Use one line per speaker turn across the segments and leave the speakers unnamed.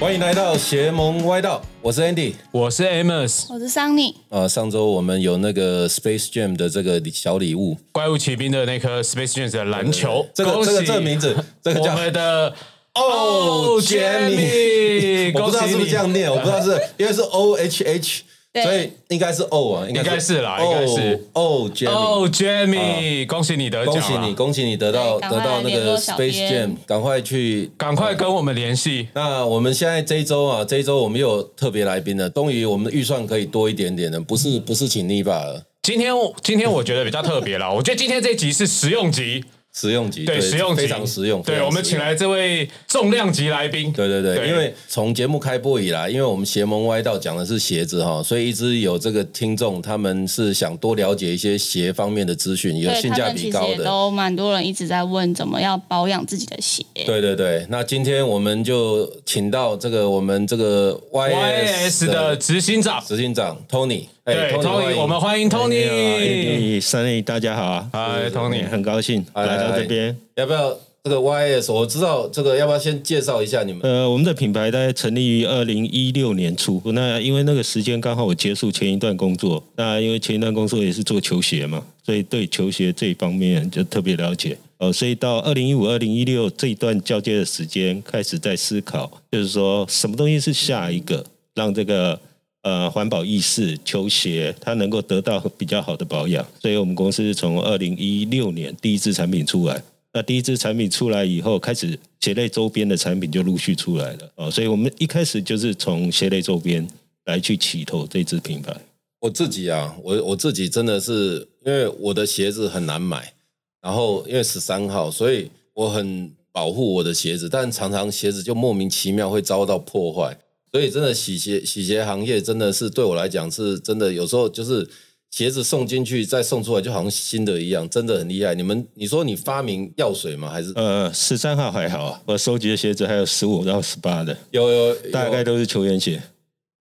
欢迎来到邪门歪道，我是 Andy。
我是 Amos，
我是桑尼，
啊，上周我们有那个 Space Jam 的这个礼小礼物，
怪物骑兵的那颗 Space Jones 的篮球，
这个
恭喜
这个这个名 字，这个
我
叫
们的
哦
Jamie，
我不知道
恭喜
是不
你
是这样念，我不知道是因为是 O H H，
对
所以应该是 O 啊，应
应该是啦应该是
哦 Jamie。
哦 Jamie，恭喜你得奖
啊
啊
恭
了
喜你，恭喜你得到
对
得到
赶快
那
联
个
络小
Space
编
Jam，赶快去
赶快跟我们联系，
那我们现在这一周啊，这一周我们又有特别来宾了，终于我们的预算可以多一点点了，不是不是请你吧了，
今天今天我觉得比较特 别啦，我觉得今天这集是实用集，
实用级，
对实用级
非常实用。非
对
常
我们
实
请
用。
来这位重量级来宾，
对对对，因为从节目开播以来，因为我们邪门歪道讲的是鞋子哈，所以一直有这个听众，他们是想多了解一些鞋方面的资讯，有
对
性
他
价
们
比
其实
高
也
的。
都蛮多人一直在问怎么样保养自己的鞋。
对对对，那今天我们就请到这个我们这个
YS
YS
的执行长，
执行长 Tony，哎
对 Tony，我们欢迎 Tony，
哎，三丽，大家好啊！
嗨
也
Tony，
很高兴
哎
来到这边。
要不要这个 YS？我知道这个，要不要先介绍一下你们？
呃，我们的品牌大概成立于二零一六年初，那因为那个时间刚好我结束前一段工作，那因为前一段工作也是做球鞋嘛，所以对球鞋这一方面就特别了解。呃，所以到二零一五、二零一六这一段交接的时间，开始在思考，就是说什么东西是下一个让这个呃环保意识、球鞋它能够得到比较好的保养。所以我们公司是从二零一六年第一支产品出来，那第一支产品出来以后，开始鞋类周边的产品就陆续出来了哦。所以我们一开始就是从鞋类周边来去起头这支品牌。
我自己啊，我我自己真的是因为我的鞋子很难买，然后因为十三号，所以我很保护我的鞋子，但常常鞋子就莫名其妙会遭到破坏，所以真的洗鞋洗鞋行业真的是对我来讲是真的，有时候就是鞋子送进去再送出来，就好像新的一样，真的很厉害。你们你说你发明药水吗？还是
呃，十三号还好啊，我收集的鞋子还有十五到十八的，
有有有啊
大概都呃是球员鞋，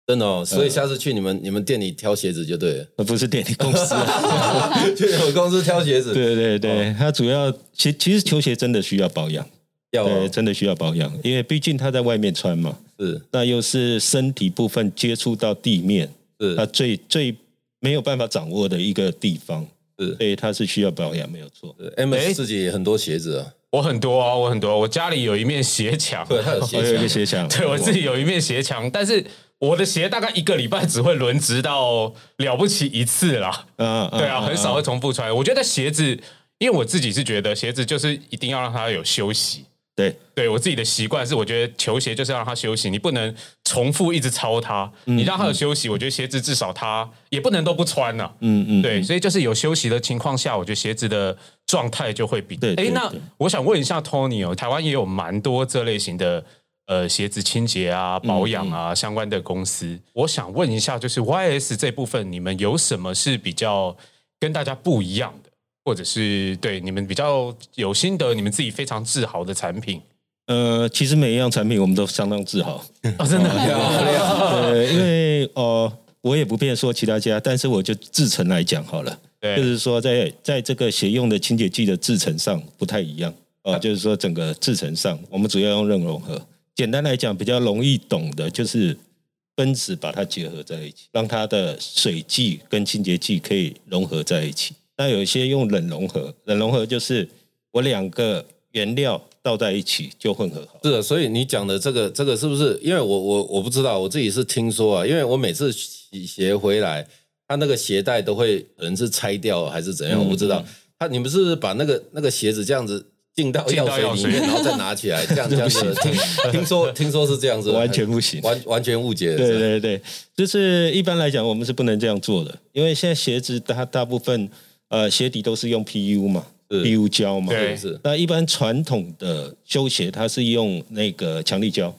真的哦，所以下次去你们、你们店里挑鞋子就对 了，
而不是电力公司、啊
去你们公司挑鞋子，
对对对，它主要其其实球鞋真的需要保养，
要
对，
哦
真的需要保养，因为毕竟它在外面穿嘛，
是
那又是身体部分接触到地面，它
是
呃最最没有办法掌握的一个地方，
是
所以它是需要保养，没有错。
，M
哎
自己也很多鞋子啊，
我很多啊，我很多，我家里有一面鞋墙，
对，哦他有
我有一
鞋
个
子，
鞋啊 墙，
对我自己有一面鞋墙，但是我的鞋大概一个礼拜只会轮值到了不起一次啦。
啊，
对啊，很少会重复穿。我觉得鞋子，因为我自己是觉得鞋子就是一定要让它有休息。
对
对我自己的习惯是，我觉得球鞋就是要让它休息，你不能重复一直操它，你让它有休息。我觉得鞋子至少它也不能都不穿啊呐、
嗯嗯，
对，所以就是有休息的情况下，我觉得鞋子的状态就会比。
对对
诶那
对
我想问一下 Tony 哦，台湾也有蛮多这类型的呃鞋子清洁啊、保养
嗯
啊、相关的公司。我想问一下，就是 YS 这部分，你们有什么是比较跟大家不一样的，或者是对你们比较有心得、你们自己非常自豪的产 品？
呃，其实每一样产品我们都相当自 豪，
哦，真的，
呃，因为哦，我也不便说其他家，但是我就制成来讲好了。 就
对，
是说在在这个鞋用的清洁剂的制成上不太一样啊、就是说整个制成上，我们主要用热融合。简单来讲，比较容易懂的就是分子把它结合在一起，让它的水剂跟清洁剂可以融合在一起。那有一些用冷融合，冷融合就是我两个原料倒在一起就混合好。
是的，所以你讲的这个这个是不是？因为我我我不知道，我自己是听说啊，因为我每次洗鞋回来，他那个鞋带都会可能是拆掉还是怎
嗯
样，我不知道。他你们是不是把那个那个鞋子这样子浸到
浸
药
到
水
药
里
水
面，然后再拿起来，这 样这样子？听听说听说是这样子，
完全不行
完完全误解。
对对对，就是一般来讲，我们是不能这样做的，因为现在鞋子它大部分呃鞋底都是用 PU 嘛
是
，PU 胶嘛，
对
是
那一般传统的修鞋，它是用那个强力胶，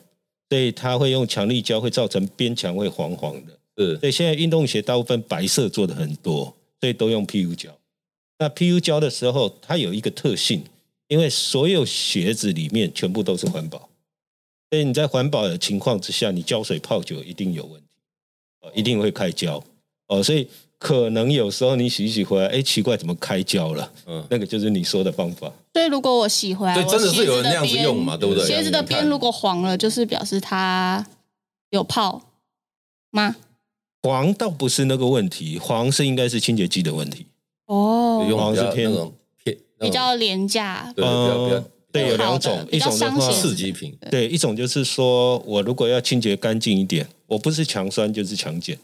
所以它会用强力胶，会造成边墙会黄黄的。
是
所以现在运动鞋大部分白色做的很多，所以都用 PU 胶。那 PU 胶的时候，它有一个特性，因为所有鞋子里面全部都是环保，所以你在环保的情况之下，你胶水泡久一定有问题，呃一定会开胶哦。所以可能有时候你洗一洗回来，哎，奇怪，怎么开胶了？
嗯
嗯，那个就是你说的方法。
所以如果我洗回来，
对，
哎我
真的
鞋
是
子
有人那样子
边
用嘛，对不对？
鞋子的边如果黄了，就是表示它有泡吗？
黄倒不是那个问题，黄是应该是清洁剂的问题。
哦，
用
黄
比
是
较
偏
那种偏那种
比较廉价，
对比较比
呃
较
对，有两
好
种
的，比
一
较
种的
伤
话
血
刺激 品，
对，一种就是说我如果要清洁干净一点，我不是强酸就是强碱，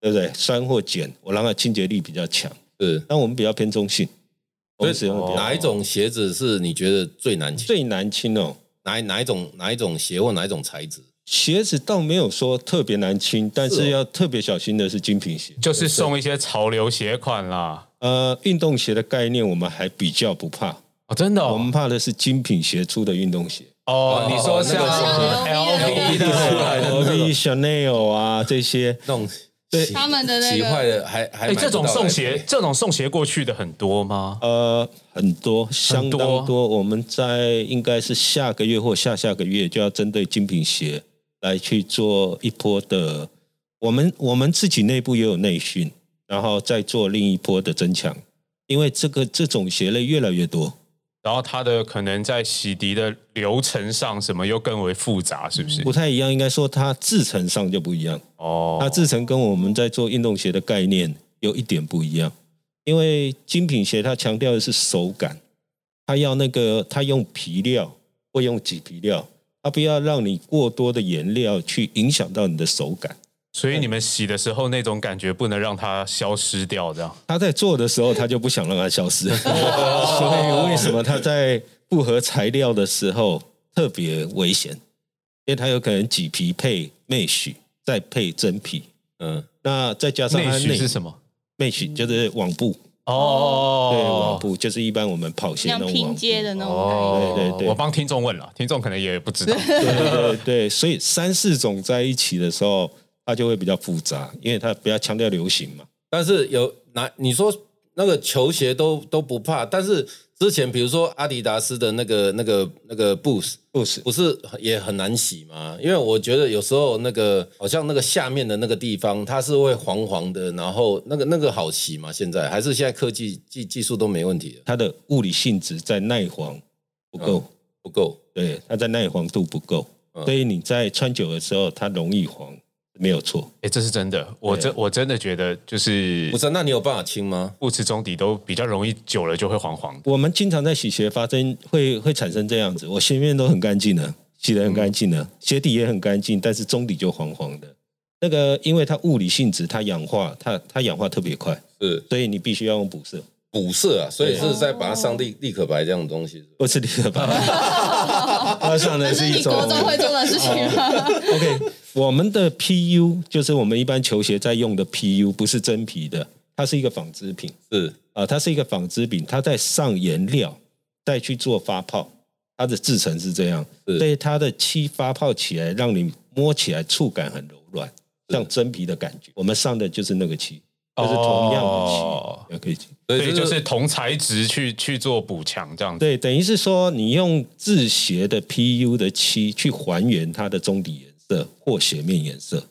对不对？酸或碱，我让它清洁力比较强。
是。
但我们比较偏中性，我
所
们使用
哦
的比
以
较
哪一种鞋子是你觉得最难清？
最难清哦。
嗯
哪一哪一种哪一种鞋或哪一种材质？
鞋子倒没有说特别难清，但
是哦
是要特别小心的是精品鞋。
就是送一些潮流鞋款啦。
呃，运动鞋的概念我们还比较不怕，
哦，真的
我
哦
们，怕的是精品鞋出的运动鞋。
哦
哦
你说像
那
个 LV 的
对
LV 的
对
我 v 哦 Chanel 啊这些，
那种
对
洗
他们的那个
洗坏了还还
哎，
买不
这种
到
送
来
鞋，
赔
这种送鞋过去的很多吗？
呃，很多，相当
多
多。我们在应该是下个月或下下个月就要针对精品鞋来去做一波的。我们我们自己内部也有内训，然后再做另一波的增强，因为这个这种鞋类越来越多。
然后它的可能在洗涤的流程上，什么又更为复杂，是不是
不？太一样，应该说它制成上就不一样。
哦，
它制成跟我们在做运动鞋的概念有一点不一样，因为精品鞋它强调的是手感，它要那个它用皮料或用麂皮料，它不要让你过多的颜料去影响到你的手感。
所以你们洗的时候那种感觉不能让它消失掉，这样。
他在做的时候，他就不想让它消失，所以为什么他在不合材料的时候特别危险？因为它有可能麂皮配 mesh 再配真皮，
嗯，
那再加上它
内需
内
是什么？
mesh 就是网布，对，网
哦，
布就是一般我们跑鞋
像
那种
拼
网布。
接的那种感觉。
哦，
对对对
我帮听众问了，听众可能也不知道。
对对对，所以三四种在一起的时候，它就会比较复杂，因为它比较强调流行嘛。
但是有哪你说那个球鞋都都不怕，但是之前比如说阿迪达斯的那个那个那个 Boost，
不是，
不是也很难洗吗？因为我觉得有时候那个好像那个下面的那个地方，它是会黄黄的，然后那个那个好洗吗？现在还是现在科技技技术都没问题了，
它的物理性质在耐黄不够，
不够
对，它在耐黄度不够，
嗯
所以你在穿久的时候，它容易黄，没有错。
哎，这是真的，我真我真的觉得就是
不是？那你有办法清吗？
不吃中底都比较容易久了就会黄黄的。
我们经常在洗鞋发生会会产生这样子，我鞋面都很干净的，洗得很干净的，鞋底也很干净，但是中底就黄黄的。那个因为它物理性质，它氧化，它它氧化特别快，
是
所以你必须要用补色，
补色啊，所以
对
是在把它上立立可白这样的东西。
不是立刻 白。它上的
这是
一
你
种
国中会做的事情
哦
吗？
OK，我们的 PU 就是我们一般球鞋在用的 PU，不是真皮的，它是一个纺织品。
是
啊、它是一个纺织品，它在上颜料，再去做发泡，它的制成是这样，
是
所以它的漆发泡起来，让你摸起来触感很柔软，像真皮的感觉。我们上的就是那个漆，就是同样的漆，
哦
也可以漆。
所
所
以
以
就
就是是同材质去去做补强这样子。
对，等于是说你用制鞋的 PU 的漆去还原它的中底颜色或鞋面颜色。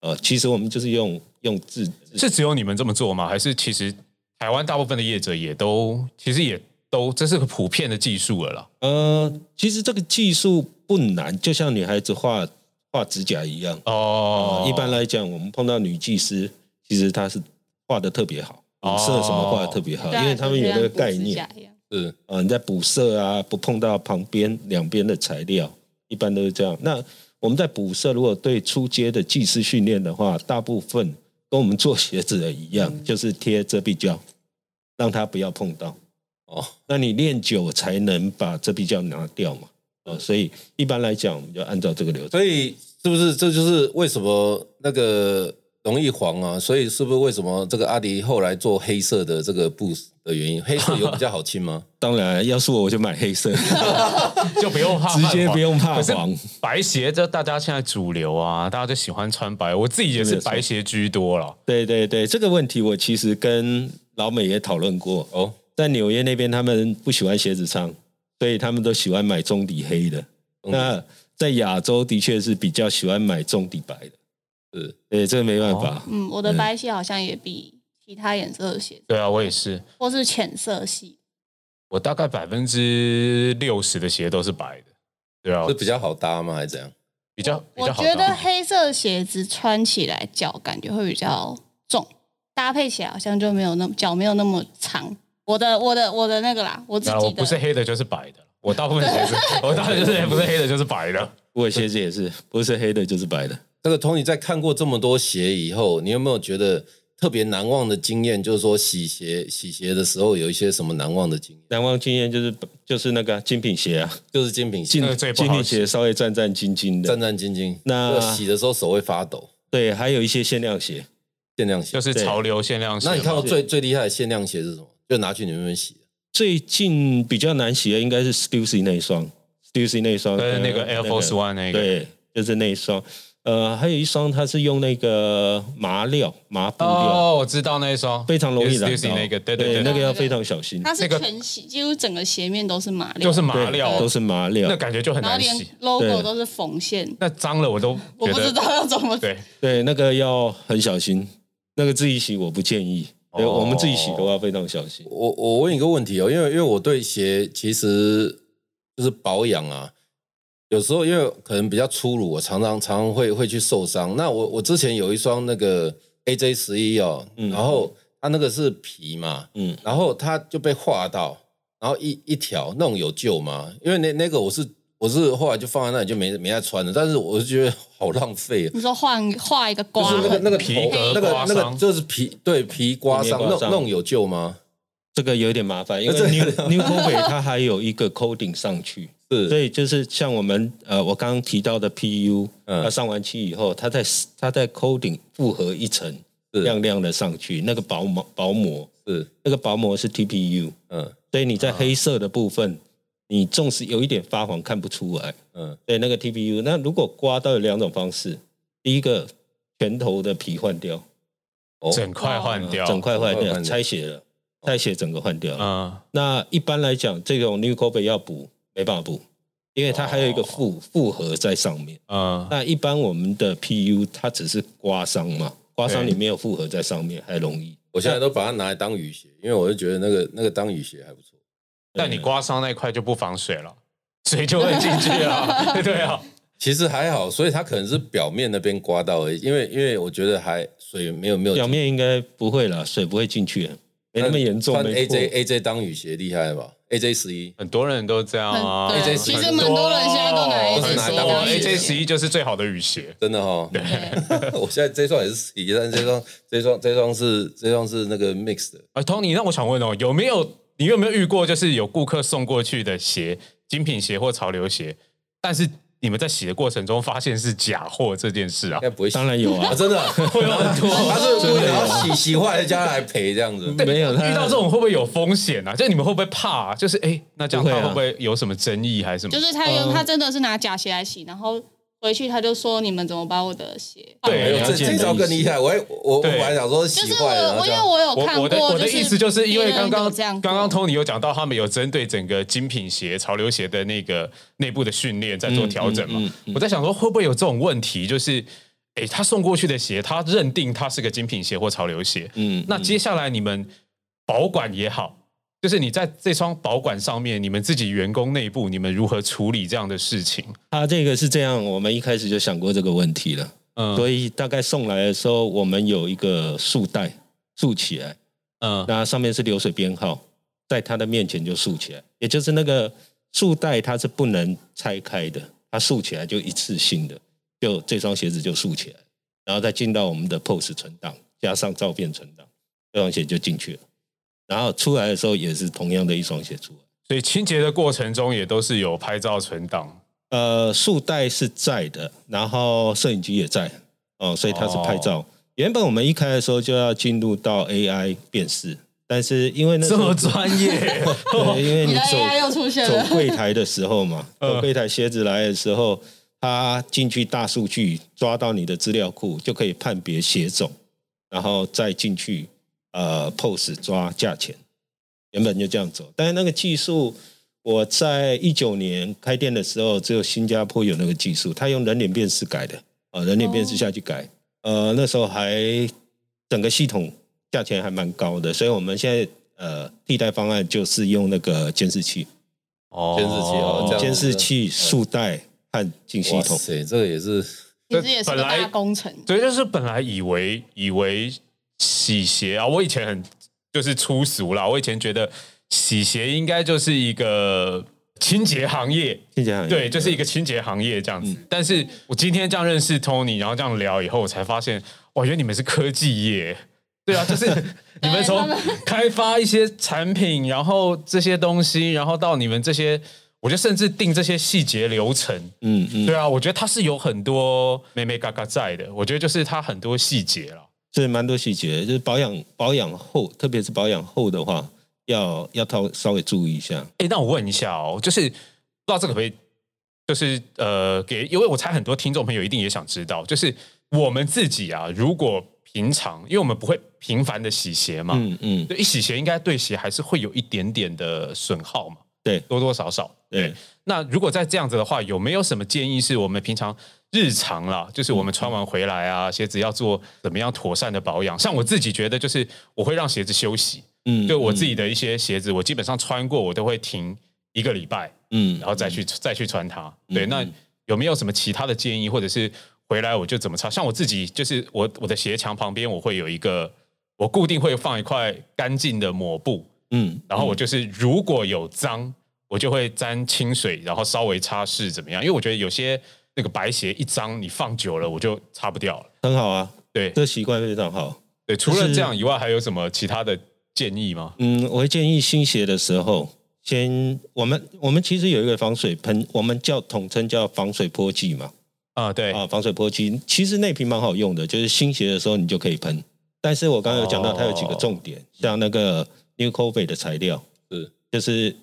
呃，其实我们就是用用制
是只有你们这么做吗？还是其实台湾大部分的业者也都其实也都这是个普遍的技术了啦？
呃，其实这个技术不难，就像女孩子画画指甲一样。
哦
哦，一般来讲，我们碰到女技师，其实她是画的特别好，补
哦
色什么画的特别
啊
好，因为他们有那个 概念。
是
呃，你在补色啊，不碰到旁边两边的材料，一般都是这样。那我们在补色，如果对初阶的技师训练的话，大部分跟我们做鞋子的一样，就是贴遮蔽胶，让它不要碰到。
哦，
那你练久才能把遮蔽胶拿掉嘛。哦，所以一般来讲，我们就按照这个流程。
所以是不是这就是为什么那个容易黄啊？所以是不是为什么这个阿迪后来做黑色的这个 Boost 的原因？黑色有比较好清吗？
当然，啊要是我，我就买黑色，
就不用怕
直接不用怕
可是
黄。
白鞋，这大家现在主流啊，大家就喜欢穿白。我自己也是白鞋居多了。
对对对，这个问题我其实跟老美也讨论过。
哦，
在纽约那边，他们不喜欢鞋子仓，所以他们都喜欢买中底黑的。
中底
那在亚洲的确是比较喜欢买中底白的，
是
对，这个没办法。
嗯
嗯，我的白鞋好像也比其其他颜色的鞋子，
对啊，我也是，
或是浅色系。
我大概百分之六十的鞋都是白的，对啊
是，比较好搭吗？还是怎样？
比较比
我
较好搭。
觉得黑色的鞋子穿起来脚感觉会比较重，搭配起来好像就没有那么脚没有那么长。我的我的我的那个啦，我自
啊，我
己
不是
的
黑的就是白的，我大部分鞋子，我大部分就是不是黑的就是白的。
我鞋子也是，不是黑的就是白的。
这个 Tony 在看过这么多鞋以后，你有没有觉得特别难忘的经验？就是说洗鞋洗鞋的时候有一些什么难忘的经验？
难忘经验就是就是那个啊精品鞋啊，
就是精品鞋
精
那个呃最不好
精品鞋稍微战战兢兢
战
的。
战兢兢，
那
就洗的时候手会发抖，
对，还有一些限量鞋，
限量鞋
就。是
对
潮流限量鞋嘛。
那你看过最最厉害的限量鞋是什么？就拿去你们那边洗的。
最近比较难洗的应该是 Stussy 那一双，Stussy 那一双
跟呃那个 Air Force One 那个，
对，就是那一双。呃，还有一双它是用那个麻料麻布料，
哦，我知道那一双，
非常容易染
Stussy
到。
那个，对
对
对
那
对，
个要非常小心。
它是
那个
全洗，几乎整个鞋面都是麻料，
就是麻
对
料，
都是麻
那
料，
感觉就很
然后
难
连
洗。
对
logo 都是缝线，
那脏了我都
我
觉
不知
得
道要怎么
对，
对，那个要很小心。那个自己洗我不建议，对，
哦
我们自己洗的话非常小心。
我我问一个问题哦，因为因为我对鞋其实就是保养啊，有时候因为可能比较粗鲁，我常常常常会会去受伤。那我我之前有一双那个 AJ 十一哦，
嗯
然后它那个是皮嘛，
嗯，
然后它就被划到，然后一一条那种有救吗？因为那那个我是我是后来就放在那里就没没再穿了，但是我就觉得好浪费 啊。
你说换画一个
就
刮
是那个
痕，
那个
皮
头
革
那个
刮
那个
伤
就是皮对皮刮
皮
伤，
刮
那
伤
那种有救吗？
这个有点麻烦，因为 New New Kobe 它还有一个 coding 上去，所
是
以就是像我们呃，我刚刚提到的 PU，
嗯
它上完漆以后，它在它在 coding 复合一层，
是
亮亮的上去，那个薄膜薄膜，
是
那个薄膜是 TPU，
嗯
所以你在黑色的部分，你纵使有一点发黄看不出来，
嗯
对那个 TPU。那如果刮到有两种方式，第一个拳头的皮换掉，
哦
整块换掉，哦
整块换
整块换
掉，
掉
拆血了，拆血整个换掉了。
嗯，
那一般来讲，这种 New Kobe 要补，没办法补，因为它还有一个复
哦
复合在上面。
嗯
那一般我们的 PU 它只是刮伤嘛，刮伤你没有复合在上面还容易。
我现在都把它拿来当雨鞋，因为我就觉得那个那个当雨鞋还不错。
但你刮伤那块就不防水了，水就会进去 啊，对啊，
其实还好，所以它可能是表面那边刮到而已，因为因为我觉得还水没有没有
表面应该不会啦，水不会进去，啊没那么严重。
穿
没
AJ
破
AJ 当雨鞋厉害吧？AJ 十一
很多人都这样啊
很。
对 AJ11
其实蛮多人现在都拿
都是拿
AJ
当当雨鞋
AJ 十一就是最好的雨鞋，
真的哈，
对
我现在这双也是十一，但是这双这双这双是这双是那个 mix 的，
啊，Tony，那我想问哦，有没有你有没有遇过，就是有顾客送过去的鞋，精品鞋或潮流鞋，但是你们在洗的过程中发现是假货这件事啊
应该？不会洗
当然有
啊，
啊，
真的啊
会有很多，
他是故意然后洗洗坏了叫他来赔这样子。
对
没有他
遇到这种会不会有风险啊？就你们会不会怕、啊？就是哎、那这样
不会
他
啊
会不会有什么争议还是什么？
就是他有他真的是拿假鞋来洗，然后回去他就说你们怎么把我的鞋？
对
没有哎这
了解
这
你的
招
意
更
思
厉害，我还我我
对
本来想说
就
洗
是
坏了，然
我
后
我
这
因为
样
我有看
我
过，
我的我的意思就是因为
别人
刚
有
刚
这样
刚
过
刚 Tony 有讲到他们有针对整个精品鞋、潮流鞋的那个内部的训练在做调整嘛。
嗯嗯嗯
我在想说会不会有这种问题，就是诶，他送过去的鞋，他认定它是个精品鞋或潮流鞋，
嗯，
那接下来你们保管也好，就是你在这双保管上面，你们自己员工内部你们如何处理这样的事情？
它这个是这样，我们一开始就想过这个问题了，
嗯，
所以大概送来的时候，我们有一个束带束起来，
嗯，
那上面是流水编号，在他的面前就竖起来，也就是那个束带它是不能拆开的，它竖起来就一次性的，就这双鞋子就竖起来，然后再进到我们的 POS 存档，加上照片存档，这双鞋就进去了。然后出来的时候也是同样的一双鞋出来。
所以清洁的过程中也都是有拍照存档，
呃，束带是在的，然后摄影机也在，哦，所以它是拍照。原本我们一开的时候就要进入到 AI 辨识，但是因为那时
这
候
么专业，
对，因为
你
你
的
走
AI 又出现了
走柜台的时候嘛，
嗯
走柜台鞋子来的时候，它进去大数据抓到你的资料库，就可以判别鞋种，然后再进去呃 POS 抓价钱。原本就这样走，但是那个技术，我在一九年开店的时候，只有新加坡有那个技术，它用人脸辨呃识改的，啊、人脸辨识下去改，呃，那时候还整个系统价钱还蛮高的，所以我们现在呃替代方案就是用那个监视器、
哦
监视器哦这样
监视器、束带和进系
哇
统。
塞，这个也是
其实也是
本
个
来
大工程。
对，就是本来以为以为洗鞋啊，我以前很就是粗俗啦，我以前觉得洗鞋应该就是一个清洁行业，
谢谢。
对，就是一个清洁行业这样子。但是我今天这样认识 Tony，然后这样聊以后，我才发现，哇，原来你们是科技业。对啊，就是 你们从
他们
开发一些产品，然后这些东西，然后到你们这些，我觉得甚至定这些细节流程，
嗯嗯，
对啊，我觉得它是有很多妹妹嘎嘎在的。我觉得就是它很多细节了。
所以蛮多细节，就是保养保养后，特别是保养后的话，要要稍稍微注意一下。
哎，那我问一下哦，就是不知道这个可不可以，就是呃，给，因为我猜很多听众朋友一定也想知道，就是我们自己啊，如果平常，因为我们不会频繁的洗鞋嘛，
嗯嗯，
对，一洗鞋应该对鞋还是会有一点点的损耗嘛，
对
多多少少。
对，
那如果在这样子的话，有没有什么建议是我们平常日常啦，就是我们穿完回来
嗯
啊，鞋子要做怎么样妥善的保养？像我自己觉得，就是我会让鞋子休息，
嗯，
对我自己的一些鞋子，我基本上穿过我都会停一个礼拜，
嗯，
然后再去再去穿它。对，那有没有什么其他的建议，或者是回来我就怎么擦？像我自己，就是我我的鞋墙旁边我会有一个，我固定会放一块干净的抹布，
嗯，
然后我就是如果有脏，我就会沾清水，然后稍微擦拭怎么样？因为我觉得有些那个白鞋一脏，你放久了我就擦不掉了。
很好啊，
对
这习惯非常好。
对，除了
就是
这样以外，还有什么其他的建议吗？
嗯，我会建议新鞋的时候，先我们我们其实有一个防水喷，我们叫统称叫防水泼剂嘛，
啊，对，
啊，防水泼漆其实那瓶蛮好用的，就是新鞋的时候你就可以喷。但是我刚刚有讲到，
哦
它有几个重点，像那个 New c o v e 的材料，
是
就是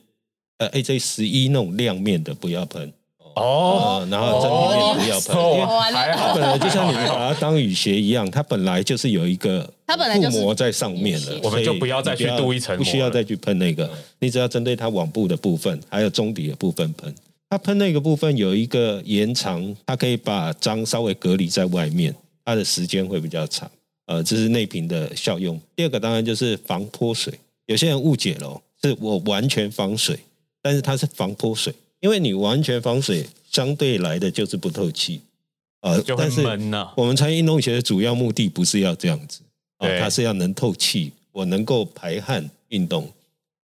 呃 AJ 十一那种亮面的不要喷，
哦
啊，然后正面面不要喷，
哦
因为
完了
还
它
好
本来就像你把它当雨鞋一样，它本来就是有一个
它本来就是
覆膜在上面了，
我们就
所以
不要再去
你不要
镀一层膜
不需要再去喷那
嗯
个，你只要针对它网部的部分，还有中底的部分喷。它喷那个部分有一个延长，它可以把脏稍微隔离在外面，它的时间会比较长。呃，这是内瓶的效用。第二个当然就是防泼水，有些人误解了哦，是我完全防水，但是它是防泼水，因为你完全防水，相对来的就是不透气。呃，
就会
但是
闷啊呐、
我们穿运动鞋的主要目的不是要这样子，啊
对，
它是要能透气，我能够排汗运动，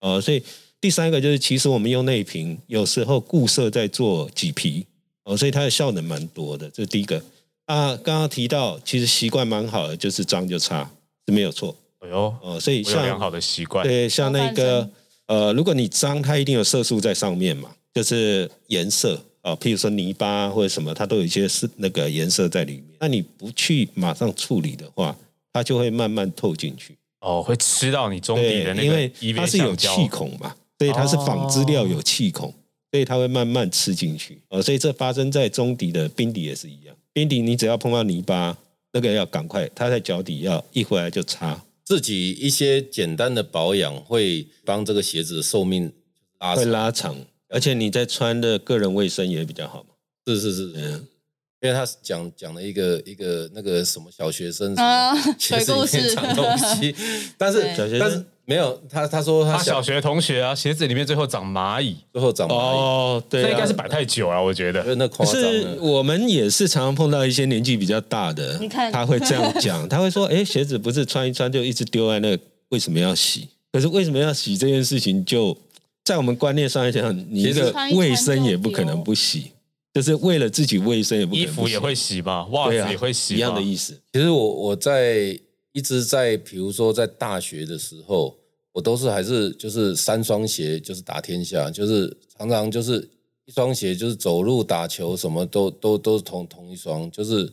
呃，所以第三个就是，其实我们用内瓶，有时候固色在做麂皮，哦，所以它的效能蛮多的，这是第一个。啊，刚刚提到，其实习惯蛮好的，就是脏就擦是没有错，
哎呦，我
哦，所以
有良
像
好的习惯。
对像那
上
个呃，如果你脏，它一定有色素在上面嘛，就是颜色啊、譬如说泥巴或者什么，它都有一些是那个颜色在里面。那你不去马上处理的话，它就会慢慢透进去。
哦，会吃到你中底
对
的，那
因
个
为
EVA
它是有
橡胶
气孔嘛，所以它是纺织料有气孔，所以它会慢慢吃进去。呃，所以这发生在中底的冰底也是一样，冰底你只要碰到泥巴，那个要赶快，它在脚底要一回来就擦。
自己一些简单的保养会帮这个鞋子的寿命拉
会
长。
拉长，而且你在穿的个人卫生也比较好嘛。
是是是，
嗯
因为他讲讲了一个一个那个什么小学生什
啊
么鞋子里
鬼故
面
事
藏东西，但是
对
小学生
但是没有他他说他
他小
小
学同学啊，鞋子里面最后长蚂蚁，
最后长蚂蚁，
哦，对啊
那应该是摆太久了，我觉
因
得。
为那夸
可
张
是
了。
我们也是常常碰到一些年纪比较大的，
你看
他会这样讲， 他会说：“哎，鞋子不是穿一穿就一直丢在那，为什么要洗？可是为什么要洗这件事情就，在我们观念上来讲，你一
其
个
实
穿一穿就
卫生也不可能不洗，就是为了自己卫生也不可
衣
能
服
不洗
也会洗吧，袜子
对啊，
也会洗吧，
一样的意思。
其实我我在一直在，比如说在大学的时候，我都是还是就是三双鞋就是打天下，就是常常就是一双鞋就是走路、打球什么都都都是同同一双，就是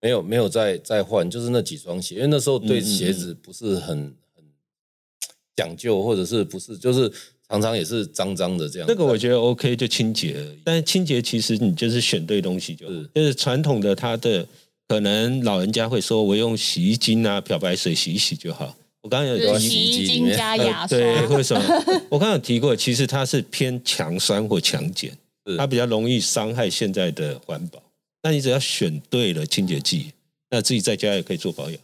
没有没有再再换，就是那几双鞋，因为那时候对
嗯嗯
鞋子不是很很讲究，或者是不是就是常常也是脏脏的这样。
这个我觉得 OK，就清洁而已。但是清洁其实你就是选对东西就好
是。
就是传统的它的，可能老人家会说，我用洗衣精啊、漂白水洗一洗就好。我刚刚有
就是
洗
提
衣
洗衣
机里
精
面
加
呃
牙刷，
对，或者什么？我刚刚有提过，其实它是偏强酸或强碱
是，
它比较容易伤害现在的环保。那你只要选对了清洁剂，那自己在家也可以做保养。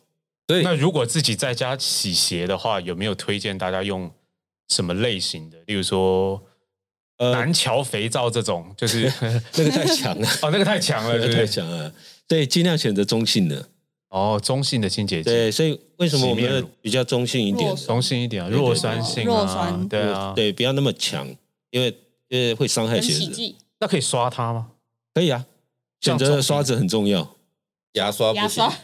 所以
那如果自己在家洗鞋的话，有没有推荐大家用什么类型的？例如说
呃，
南桥肥皂这种，就是
那个太强 了，
哦，那个太强了，
那
对不
个 太
对？
强了。对，尽量选择中性的。
哦，中性的清洁剂，
对，所以为什么我们
洗面
要
乳
比较中性一点
弱？
中性一点啊，
对
弱酸性
弱
啊
酸，
对啊，
对，不要那么强，因为因为会伤害
跟
鞋
洗
子。
剂、
那可以刷它吗？
可以啊，
这
选
样
择的
中性
刷子很重要。
牙刷不
牙
行，
刷
牙，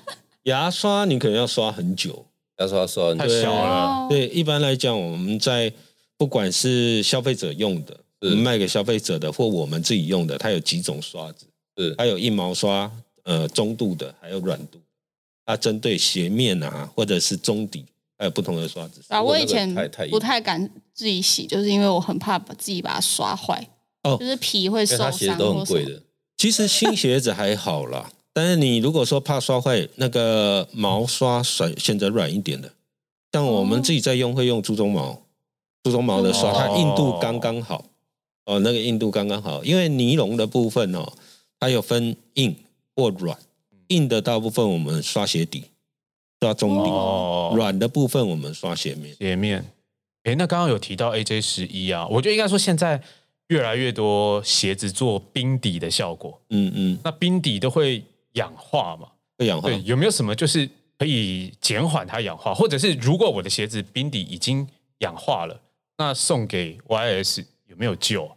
牙刷你可能要刷很久。
刷刷很
太
久
小了，
哦，
对，一般来讲，我们在不管是消费者用的，我们卖给消费者的，或我们自己用的，它有几种刷子，
是
它有硬毛刷，呃，中度的，还有软度。它针对鞋面啊，或者是中底，还有不同的刷子。
啊，
如果
我
那
以
个
前
太太硬
不太敢自己洗，就是因为我很怕把自己把它刷坏，
哦
就是皮会
因为
受
它
伤
鞋子都
或
很
什
贵
么。
的，
其实新鞋子还好啦， 但是你如果说怕刷坏，那个毛刷选选择软一点的，像我们自己在用会用猪鬃毛，猪鬃毛的刷，
哦
它硬度刚刚好，哦，那个硬度刚刚好，因为尼龙的部分哦，它有分硬或软，硬的大部分我们刷鞋底，刷中底，
哦，
软的部分我们刷鞋面。
鞋面。诶，那刚刚有提到 AJ 十一啊，我觉得应该说现在越来越多鞋子做冰底的效果，
嗯嗯，
那冰底都会氧化嘛？
会氧化
对，有没有什么就是可以减缓它氧化，或者是如果我的鞋子冰底已经氧化了，那送给 YS 有没有救？啊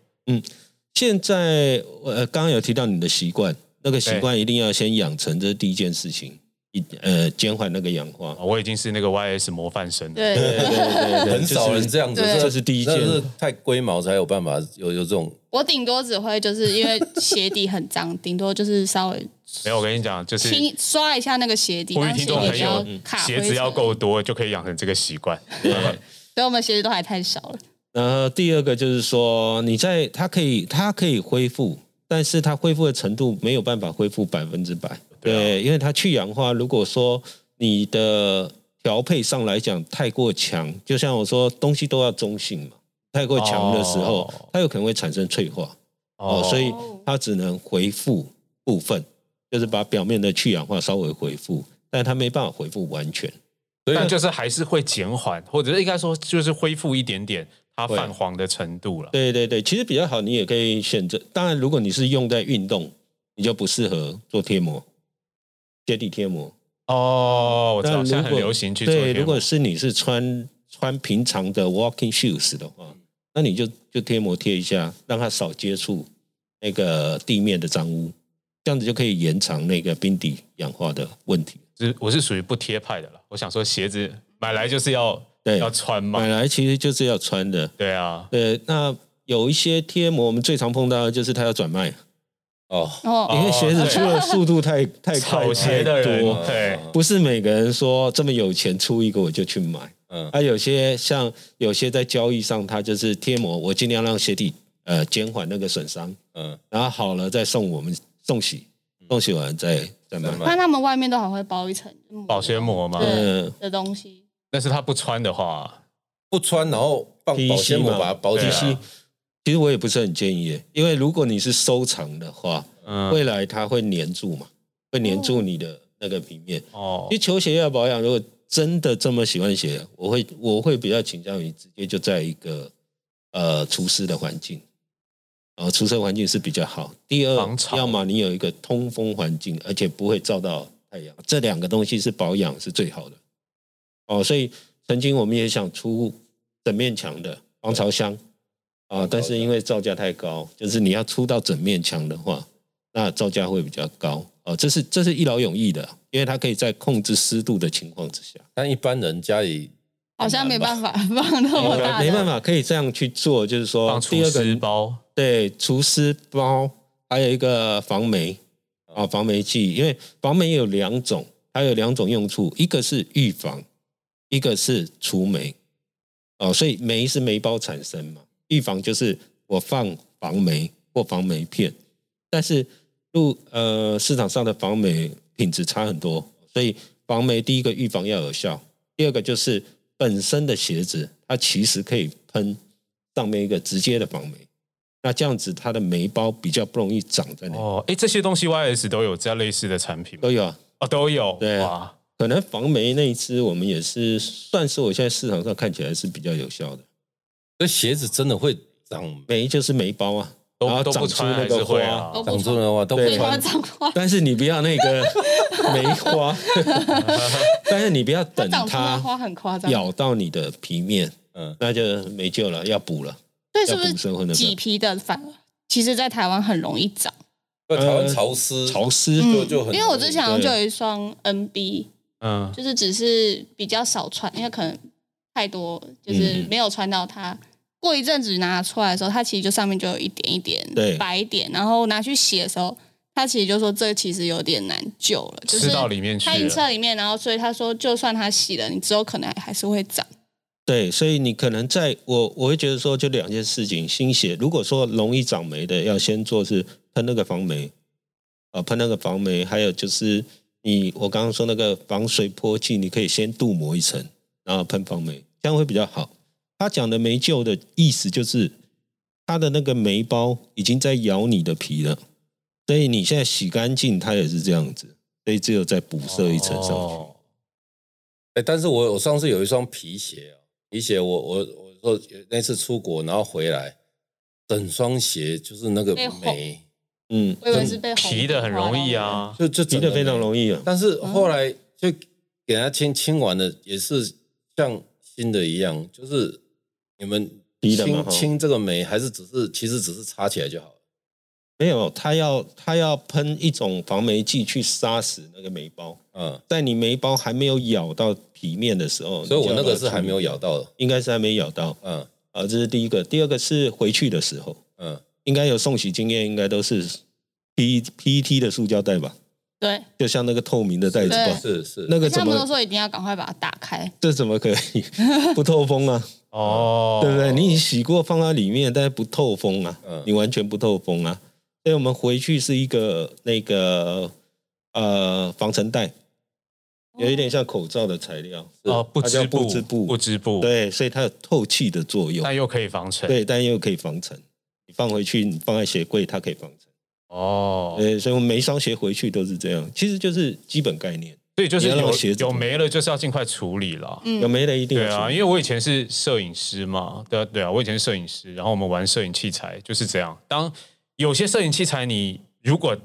现在呃，刚刚有提到你的习惯，那个习惯一定要先养成，这是第一件事情，一呃减缓那个氧化
哦
啊。我已经是那个 YS 模范生了。
对
对，
对对对，
很少人这样子，
对
这是第一
那
件
是太龟毛才有办法有有这种
我顶多只会就是因为鞋底很脏，顶多就是稍微
没有，我跟你讲，就是
清刷一下那个鞋底，
呼吁
让
听
鞋
众
底
朋
不
友
要，卡
鞋
灰
子要
尘
够多，就可以养成这个习惯。 哦
对
所以我们鞋子都还太少了。
然后第二个就是说，你在它可以它可以恢复，但是它恢复的程度没有办法恢复百分之百。
对啊
对，因为它去氧化，如果说你的调配上来讲太过强，就像我说东西都要中性嘛，太过强的时候，
哦
它有可能会产生脆化。哦，所以它只能回复部分，就是把表面的去氧化稍微回复，但它没办法回复完全。
但就是还是会减缓，或者是应该说就是恢复一点点它
会
泛黄的程度了。
对对对，其实比较好，你也可以选择。当然，如果你是用在运动，你就不适合做贴膜，接地贴膜。
哦，我知
那
道
如
现在
果
很流行去做
对，
贴膜
如果是你是穿穿平常的 walking shoes 的
嗯
话，那你就就贴膜贴一下，让它少接触那个地面的脏污，这样子就可以延长那个冰底氧化的问题。
就是我是属于不贴派的了。我想说鞋子买来就是要
对
要穿嘛
买，来其实就是要穿的。
对啊，
对，那有一些贴膜，我们最常碰到的就是它要转卖，
哦，
哦，
因为鞋子
对
出的速度太太快，
炒鞋的
太
人
多
呃
对
不是每个人说这么有钱出一个我就去买。
嗯，
啊，有些像有些在交易上，它就是贴膜，我尽量让鞋底呃减缓那个损伤，
嗯，
然后好了再送我们送洗，
嗯
送洗完再再卖
再。卖
那他们外面都还会包一层
保鲜膜嘛。
对
嗯，
的东西，
但是他不穿的话，
不穿然后放保鲜膜
PVC E 嘛 E
把它包起
对
来，
啊
其实我也不是很建议耶，因为如果你是收藏的话，
嗯，
未来它会粘住嘛，会粘住你的那个平面。
哦
因为，球鞋要保养，如果真的这么喜欢鞋，我会我会比较倾向于直接就在一个呃除湿的环境，然后除湿环境是比较好。第二
防，潮
要么你有一个通风环境，而且不会照到太阳，这两个东西是保养是最好的。哦，所以曾经我们也想出整面墙的防潮箱啊，但是因为造价太高，就是你要出到整面墙的话，那造价会比较高哦。这是这是一劳永逸的，因为它可以在控制湿度的情况之下，
但一般人家里
好像没办法放那么大，
没办。法可以这样去做，就是说
放
第
厨
二
师
个
包，
对除湿包，还有一个防霉啊防霉剂，因为防霉有两种，它有两种用处，一个是预防，一个是除霉哦，所以霉是霉包产生嘛，预防就是我放防霉或防霉片，但是入呃市场上的防霉品质差很多，所以防霉第一个预防要有效，第二个就是本身的鞋子它其实可以喷上面一个直接的防霉，那这样子它的霉包比较不容
哦
易长在那里，
哦，哎，这些东西 YS 都有这样类似的产品吗
都有啊。
哦，都有，
对
哇，
可能防霉那一支，我们也是算是我现在市场上看起来是比较有效的。
这鞋子真的会长
霉就是霉包啊，
都
然后
都
长
不
出
穿
那
还是
个
会
花
啊，
都不
长出
穿，
来的话都
对
不
对，它
穿，
长花，
但是你不要 那个梅花， 但是你不要等
长出来花
它
很夸张。
咬到你的皮面，
嗯，
那就没救了，要补了。
对，是
要补身或
不
那
是
个
麂皮的反而其实，在台湾很容易长？
因为台湾
呃
潮湿，
潮湿，
就
嗯
就很
因为我之前好像就
对
有一双 NB，
嗯，
就是只是比较少穿，因为可能太多，就是
嗯
没有穿到它。过一阵子拿出来的时候，它其实就上面就有一点一
对
点白点，然后拿去洗的时候，它其实就说这其实有点难救了，就是
吃到里面去
它已经吃
了，
到里面，然后所以他说，就算它洗了，你之后可能还是会长。
对，所以你可能在我我会觉得说，就两件事情，新鞋如果说容易长霉的，要先做是喷那个防霉，啊、喷那个防霉，还有就是你我刚刚说那个防水泼剂，你可以先镀膜一层，然后喷防霉，这样会比较好。他讲的没救的意思就是，它的那个霉包已经在咬你的皮了，所以你现在洗干净，它也是这样子，所以只有再补色一层上去。
哦
哎、但是我我上次有一双皮鞋啊，皮鞋我我我说那次出国然后回来，整双鞋就是那个
被红
霉，
嗯，
我以为是被红
皮的很容易啊，
就就
提
整
的
个
非常
霉。
容易啊。
但是后来就给人家清清完了，也是像新的一样，就是你们
低的嘛
清
哈
清这个霉，还是只是其实只是擦起来就好了。
没有，它要它要喷一种防霉剂去杀死那个霉包，
嗯，
在你霉包还没有咬到皮面的时候，
所以
你
我
就要
那个
把它
是还没有
处理，
咬到的。
应该是还没咬到
嗯
啊，这是第一个。第二个是回去的时候，
嗯，
应该有送洗经验，应该都是 P P E T 的塑胶袋吧，
对，
就像那个透明的袋子吧，
是是，
那个
他
怎
们都
么
说一定要赶快把它打开，
这怎么可以 不透风啊？
哦，
对不对？你洗过放在里面，但是不透风啊，
嗯
你完全不透风啊。所以我们回去是一个那个呃防尘袋，
哦
有一点像口罩的材料，
哦，不
它叫
织布，
不织布
不织布，
对，所以它有透气的作用
但，又可以防尘，
对，但又可以防尘。你放回去，你放在鞋柜，它可以防尘。
哦，
呃，所以我们每一双鞋回去都是这样，其实就是基本概念。
所以就是
你要让
有
鞋子
有没了，就是要尽快处理了。
嗯
有没的一定
对
有
啊，
处理
因为我以前是摄影师嘛，对啊对啊，我以前是摄影师，然后我们玩摄影器材就是这样。当有些摄影器材你如果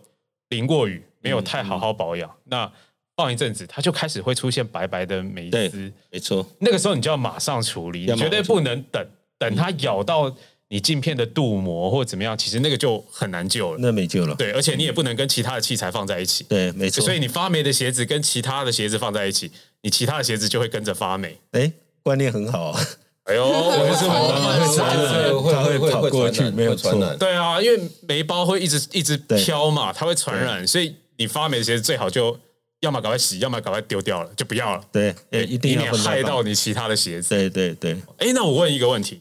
淋过雨，没
嗯
有太好好保养，那放一阵子它就开始会出现白白的霉丝
对，没错，
那个时候你就要马上处理，
要
你
马上
绝对不能等等它咬到你镜片的镀膜或怎么样，其实那个就很难救了。
那没救了。
对，而且你也不能跟其他的器材放在一起，
对，没错。
所以你发霉的鞋子跟其他的鞋子放在一起，你其他的鞋子就会跟着发霉。
哎，观念很好啊。
哎呦， 我们是
会
慢慢
会
来的
会
它
会会
会跑过去
传染
没有
会传
错
染。
对啊，因为霉包会一直一直
对
飘嘛，它会传染，所以你发霉的鞋子最好就要么赶快洗，要么赶快丢掉了，就不要了，
对，哎一定
以
要
免
分
害
开
到
放。
你其他的鞋子。
对对对，
哎，那我问一个问题，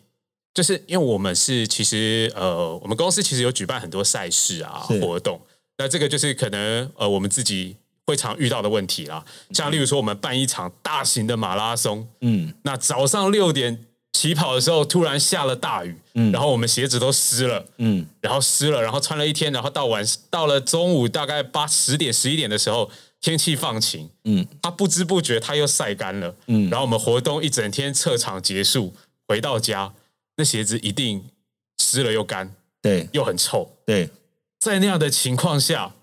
就是因为我们是其实呃，我们公司其实有举办很多赛事啊
是
活动，那这个就是可能呃我们自己会常遇到的问题啦，像例如说我们办一场大型的马拉松，
嗯，
那早上六点起跑的时候，突然下了大雨，然后我们鞋子都湿了，
嗯
然后湿了，然后穿了一天，然后到晚到了中午大概八十点十一点的时候，天气放晴，
嗯，
它不知不觉它又晒干了，
嗯
然后我们活动一整天撤场结束，回到家，那鞋子一定湿了又干
对
又很臭，
对，
在那样的情况下。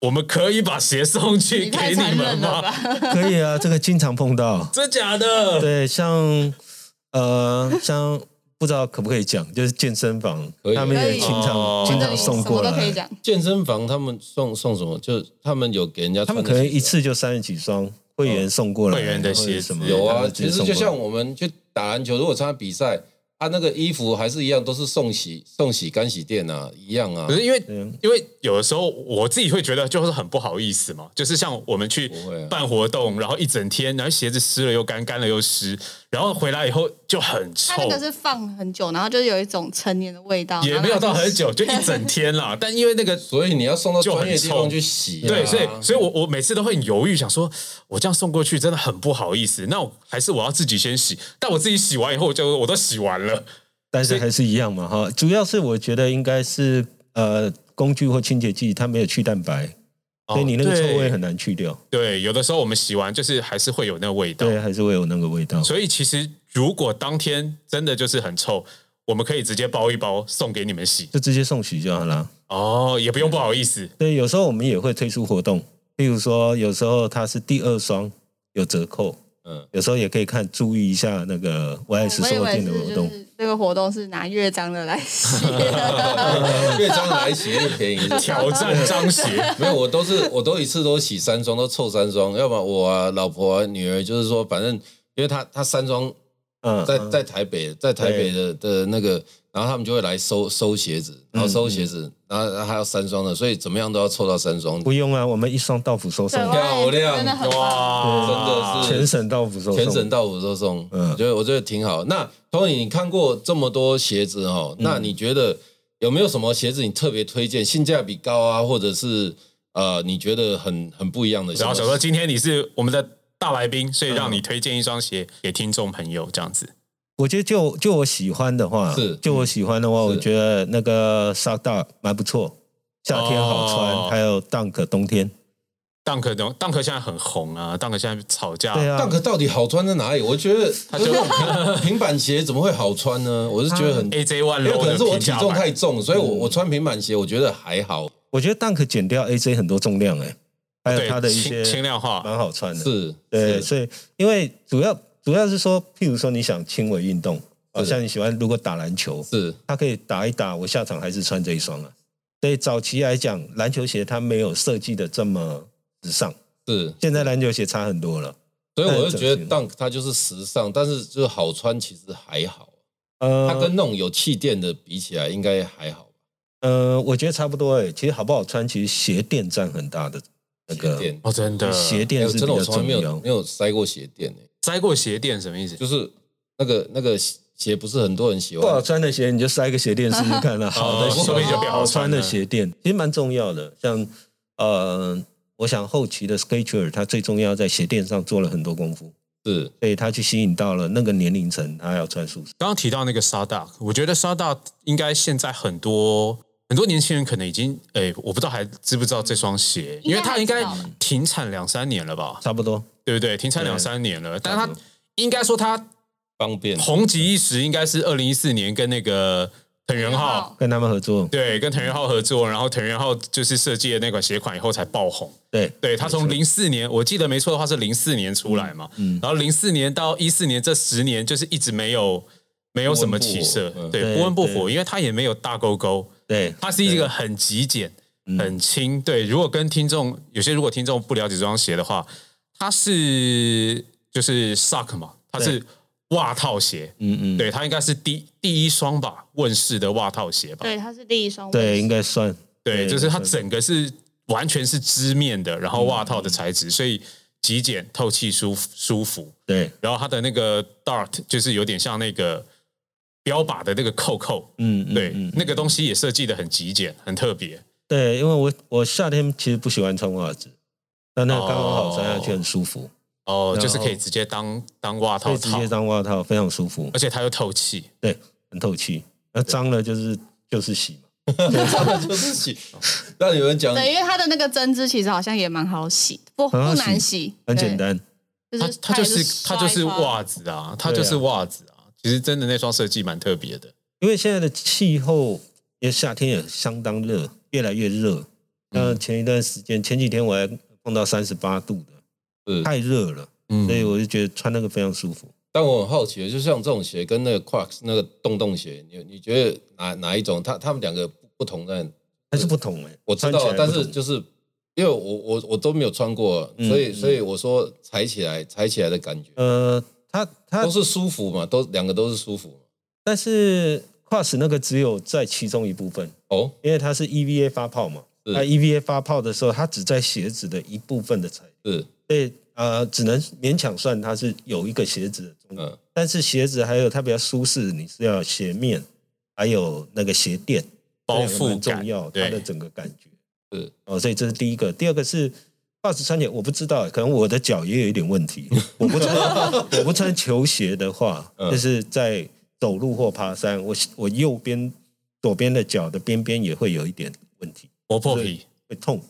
我们可以把鞋送去
你太
给你
残
们
忍
吗？
了 吧？
可以啊，这个经常 碰到。
真假的？
对，像呃，像不知道可不可以讲，就是健身房
可，以
他们
可
也
以
经常
哦
经
这
常
里
送
什
过
么都可以
来，
讲，
健身房他们送送什么？就他们有给人家
他
穿
们
的
可能
鞋子
一次就三十几双会员送过来，
会员的
或者
鞋子
什么
有
他
啊，
们直
其
接
实
送
就
过来
像我们去打篮球，如果参加比赛，他、那个衣服还是一样，都是送洗、送洗、干洗店啊，一样啊
可。是因为
嗯
因为有的时候我自己会觉得就是很不好意思嘛，就是像我们去
不会啊
办活动，然后一整天，然后鞋子湿了又干，干了又湿，然后回来以后就很
它
臭
那，个是放很久，然后就有一种成年的味道，
也没有到很久，就一整天 啦。但因为那个
所以你要送到
就很
专业地
臭
方去洗、啊。
对，所以所以我我每次都会很犹豫，想说我这样送过去真的很不好意思，那我还是我要自己先洗。但我自己洗完以后，我就我都洗完了，
但是还是一样嘛哈。主要是我觉得应该是呃工具或清洁剂，它没有去蛋白，
哦
所以你那个臭味
对
很难去掉。
对，有的时候我们洗完就是还是会有那个味道。
对，啊还是会有那个味道。
所以其实如果当天真的就是很臭，我们可以直接包一包送给你们洗
就直接送洗就好了。
哦，也不用不好意 思。
对，有时候我们也会推出活动，例如说有时候它是第二双有折扣，
嗯，
有时候也可以看注意一下那个 YS
我以
生活
为
店
是
的活
就
动。
是这个活动是拿乐章的来 洗，
越张来洗越便 宜，
挑战张协，
没有，我都是我都一次都洗三双，都凑三双，要不然我啊、老婆啊、女儿，就是说，反正因为她她三双
嗯，
在在台北，在台北的的那个，然后他们就会来收收鞋子，然后收鞋子，
嗯
然后还要三双的，所以怎么样都要凑到三双，
不用啊，我们一双到府收送
对，，
漂亮
真的很棒。
啊
哇，
真的是
全省到府收送，
全省到府都送，
嗯
我觉得我觉得挺好。那 Tony，你看过这么多鞋子
嗯
哦，那你觉得有没有什么鞋子你特别推荐，性价比高啊，或者是呃你觉得很很不一样的鞋子？
然后想说今天你是我们的大来宾，所以让
嗯
你推荐一双鞋给听众朋友，这样子。
我觉得就就我喜欢的话，
是
就我喜欢的话，
是
我觉得那个 Sock Dog 蛮不错，夏天好穿，
哦
还有 Dunk 冬天，
蛋壳懂，蛋壳现在很红啊，蛋壳现在吵架，
对啊，
蛋壳到底好穿在哪里？我觉得它就平 平板鞋怎么会好穿呢？我是觉得很，
，AJ One
有
Low
可能
哎的
是我
平
体
价
重
版
太重，所以
嗯
我我穿平板鞋我觉得还好，
我觉得 Dunk 减掉 AJ 很多重量哎、还有
对
它的一
轻轻
些呃
量化，
蛮好穿的，
是，
对，
是
所以因为主要主要是说，譬如说你想轻微运动，好
是
像你喜欢如果打篮球，
是
它可以打一打，我下场还是穿这一双啊。所以早期来讲，篮球鞋它没有设计的这么时尚，
是，
现在篮球鞋差很多了。
所以我就觉得
那很整齐
Dunk 它就是时尚，但是就是好穿其实还好，
呃，
它跟那种有气垫的比起来应该还好吧。
呃，我觉得差不多诶、其实好不好穿，其实鞋垫占很大的那个
鞋垫，
哦，真的
鞋
哎
啊垫
呦
是
真
比
的我
较
从来
重
没有
要。
没有塞过鞋垫诶，
塞过鞋垫什么意思？
就是那个那个鞋不是很多人喜
不好
欢，
穿的鞋，你就塞个鞋垫试试 看啦、好的
啊哦
鞋，
说不定就不好穿
好穿
了
的鞋垫其实蛮重要的。像呃，我想后期的 Skechers，它最重要在鞋垫上做了很多功夫，
是
所以它去吸引到了那个年龄层，他要穿素食。
刚刚提到那个沙大，我觉得沙大应该现在很多很多年轻人可能已经，哎，我不知道还知不知道这双鞋，因为它应
嗯应该还
该
知道吧
停产两三年了吧，
差不多，
对不对？停产两三年了，但它应该说它
方 便，
红极一时，应该是二零一四年跟那个藤原浩。
跟他们合作，
对，跟藤原浩合作，然后藤原浩就是设计的那款鞋款以后才爆红。
对
对他从零四年，我记得没错的话是零四年出来嘛，
嗯
然后零四年到一四年这十年就是一直没有没有什么起色
不温不火，嗯
对，
对
不温不火，
对
因为它也没有大勾勾，
对
它是一个很极简、
嗯
很轻。对，如果跟听众有些如果听众不了解这双鞋的话，它是就是 sock 嘛，它是袜套鞋，
嗯嗯，
对，它应该是第第一双吧问世的袜套鞋吧，
对，它是第一双。
对，应该算
对，
对
就是它
没错
整个是完全是织面的，然后袜套的材
嗯
质，所以极简、透气、舒服舒服。
对，
然后它的那个 dart 就是有点像那个标靶的那个扣扣，
嗯，嗯
对，
嗯
那个东西也设计的很极简，很特别。
对，因为我我夏天其实不喜欢穿袜子，但那个刚刚好穿下去很舒服，
哦，
然后
就是可以直接当当袜
可
套哎
以直
套
接，当袜套，非常舒服，
而且它又透气。
对，很透气。那脏了就是就是洗嘛。
就是洗。那你们讲
对，因为它的那个针织其实好像也蛮好洗，不不
很好洗
难洗，
很
对
简，单，
就
它
是
它就是
刷
它
一
就是
刷
袜子啊，它就是
对啊
袜子啊。其实真的那双设计蛮特别的。
因为现在的气候，因为夏天也相当热，越来越热。
嗯
那前一段时间，前几天我还碰到三十八度的，
是
太热了，
嗯
所以我就觉得穿那个非常舒服。
但我很好奇的，就像这种鞋跟那个 Crocs 那个洞洞鞋，你你觉得哪哪一种？它它们两个不不同在，
还是不同哎、
我知
穿起
道
来，
但
不
是
同
就是因为我我我都没有穿过，
嗯
所以
嗯
所以我说踩起来踩起来的感觉
呃，它它
都是舒服嘛，都两个都是舒服嘛。
但是 Cross 那个只有在其中一部分，
哦，
因为它是 EVA 发泡嘛，
是
那 EVA 发泡的时候，它只在鞋子的一部分的材料，
是
所以呃，只能勉强算它是有一个鞋子的重量。
嗯
但是鞋子还有它比较舒适，你是要鞋面，还有那个鞋垫
包
这两个
覆
蛮
感
重要，
对
它的整个感觉
是
哦，所以这是第一个，第二个是。袜子穿起来我不知道，可能我的脚也有一点 问题。我不穿，我不穿球鞋的话，
嗯
就是在走路或爬山，我我右边左边的脚的边边也会有一点问题，
磨破皮，
会痛。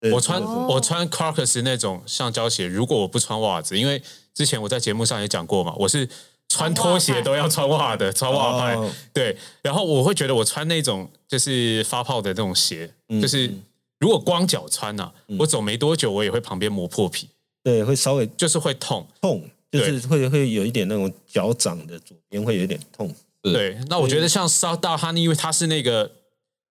对
我穿
哦
我穿 Clarks 那种橡胶鞋，如果我不穿袜子，因为之前我在节目上也讲过嘛，我是穿拖鞋都要穿袜的，穿袜派。
哦
对，然后我会觉得我穿那种就是发泡的那种鞋，就是如果光脚穿呐、啊，我走没多久我也会旁边磨破皮，
对，会稍微
就是会痛。
痛，就是会会有一点那种脚掌的左边会有点痛。
是
对，那我觉得像 s a d a 哈尼，因为它是那个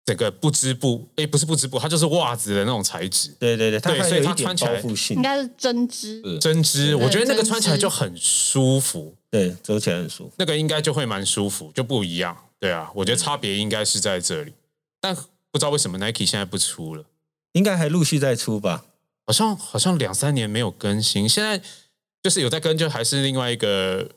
整个不织布，诶，不是不织布，它就是袜子的那种材质。
对对对，它
对
还
所以
有
它
一点
穿起
包
来
覆性
应，该是针织，
是
针织，我觉得那个
针织
穿起来就很舒服，
对，走起来很舒服。
那个应该就会蛮舒服，就不一样。对啊，我觉得差别应该是在这里，但不知道为什么 Nike 现在不出了，
应该还陆续在出吧？
好像好像两三年没有更新，现在就是有在跟，就还是另外一个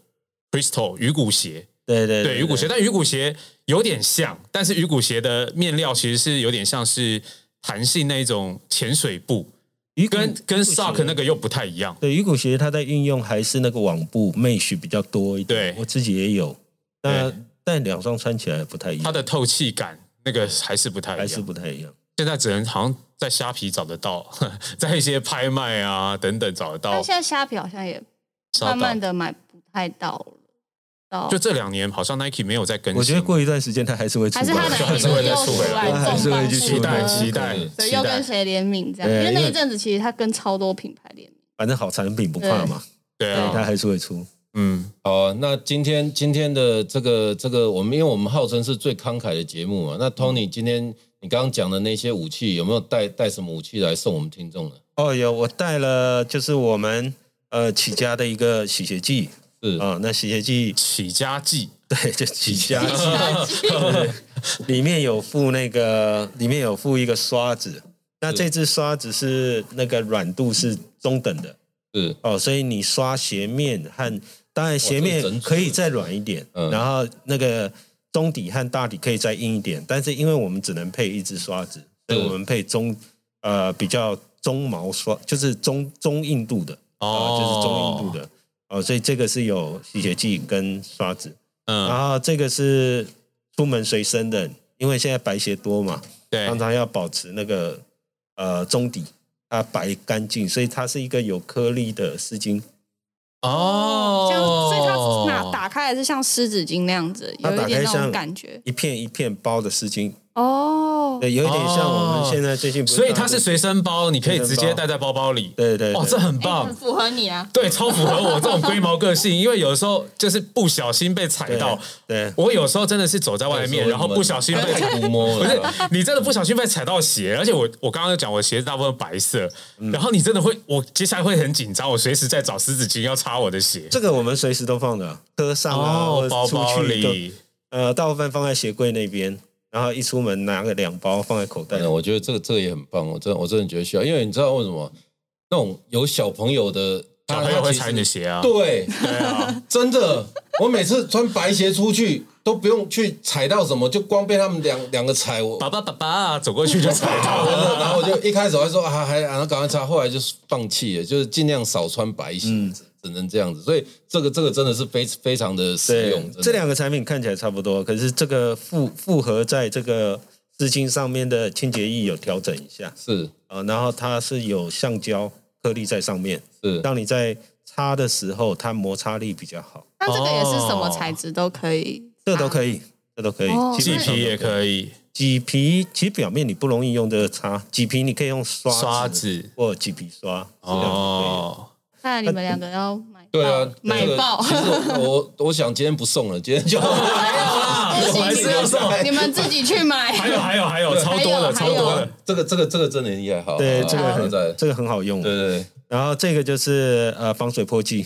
Crystal 鱼骨鞋，
对对
对鱼骨鞋，但鱼骨鞋有点像，但是鱼骨鞋的面料其实是有点像是弹性那一种潜水布，
鱼骨
跟跟
嗯鱼骨鞋
sock 那个又不太一样。
对鱼骨鞋，它在运用还是那个网布 mesh 比较多一点。
对
我自己也有，那
对
但两双穿起来不太一样，
它的透气感那个还是不太一
还是
样。
不太一样。
现在只能好像在虾皮找得到， 在一些拍卖啊等等找得到
但。现在虾皮好像也
找得
慢
到
慢的买不太到了，到
就这两年好像 Nike 没有在更新，
我觉得过一段时间它还是会出
还是
吧
他
就
哪
还
一
是会
年
再
又
出
出
回来
来
对还是
重
会
磅
去
复
期待
刻，
期待
对
对，
期
又跟
待，
谁联名这样？
对
因为那
因为
一阵子其实他跟超多品牌联名，
反正好产品不怕嘛，
对
对它
啊，
还是会出。
嗯，
好啊、那今天今天的这个这个，我们因为我们号称是最慷慨的节目嘛，那
嗯
Tony 今天你刚刚讲的那些武器，有没有带带什么武器来送我们听众呢？
哦，有我带了，就是我们呃起家的一个洗鞋剂
是
呃
啊、那洗鞋剂
起家记
对， 就起家剂，里面有附那个，里面有附一个刷子。那这只刷子是那个软度是中等的
是
哦，所以你刷鞋面和当然
这
鞋
个整
面
组
可以再软一点，
嗯
然后那个中底和大底可以再硬一点，但是因为我们只能配一只刷子，所以
嗯
我们配中呃比较中毛刷，就是中中硬度的哦、就是中硬度的哦，所以这个是有洗鞋剂跟刷子。
嗯，
然后这个是出门随身的，因为现在白鞋多嘛，
对
常常要保持那个呃中底它白干净，所以它是一个有颗粒的丝巾，
哦，
像所以它那打开来是像湿纸巾那样子，
它
有
打
一
开
点那
像
种感觉
一片一片包的丝巾，
哦。
对，有一点像我
哦
们现在最近不是
所以
大
它
陆
是随身包，你可以直
随身
接
包
带在包包里。
对对对
哦，这
哎
很
很
棒。
哎符合你啊。
对，超符合我这种龟毛个性，因为有时候就是不小心被踩
对
到。
对
我有时候真的是走在外面，然后不小心被踩
触摸
不是
了，
你真的不小心被踩到鞋，而且我我刚刚讲我鞋子大部分白色，
嗯
然后你真的会，我接下来会很紧张，我随时在找湿纸巾要擦我的鞋。
这个我们随时都放的，车上啊，
哦
或，者
包
是出
包
去都
里，
呃，大部分放在鞋柜那边，然后一出门拿个两包放在口袋
反，嗯正我觉得这个这个也很棒，我真的我真的觉得需要，因为你知道为什么那种有小朋友的
小朋友会踩你的
你，
鞋啊。
对，
对啊，
真的，我每次穿白鞋出去都不用去踩到什么，就光被他们两两个踩我。
爸爸爸爸走过去就踩到
然后
了。
然后我就一开始我还说啊还然后赶快擦，后来就是放弃了，就是尽量少穿白鞋，
嗯
只只能这样子。所以这个这个真的是非非常的实
对，
用。真的
这两个产品看起来差不多，可是这个复复合在这个丝巾上面的清洁液有调整一下
是
啊、呃然后它是有橡胶颗粒在上面，
是
让你在擦的时候它摩擦力比较好，
那这个也是什么材质都可以，
这都可以，这都可以
哦，
麂皮也
以。
可 以，
麂皮其实表面你不容易用这个擦，麂皮你可以用刷
刷子
或麂皮刷哦，
哦。
看来你们两个要买爆，
对啊，
买
这个
爆
其。实我我我想今天不送了，今天就
啊我还是要送。
你们自己去买。
还有还有还有，超多的
还
超
有
多的。
这个这个这个真的很厉害，好，
对，
好
这个
哦好
很
在
这个很好用，
对对
然后这个就是呃防水泼剂，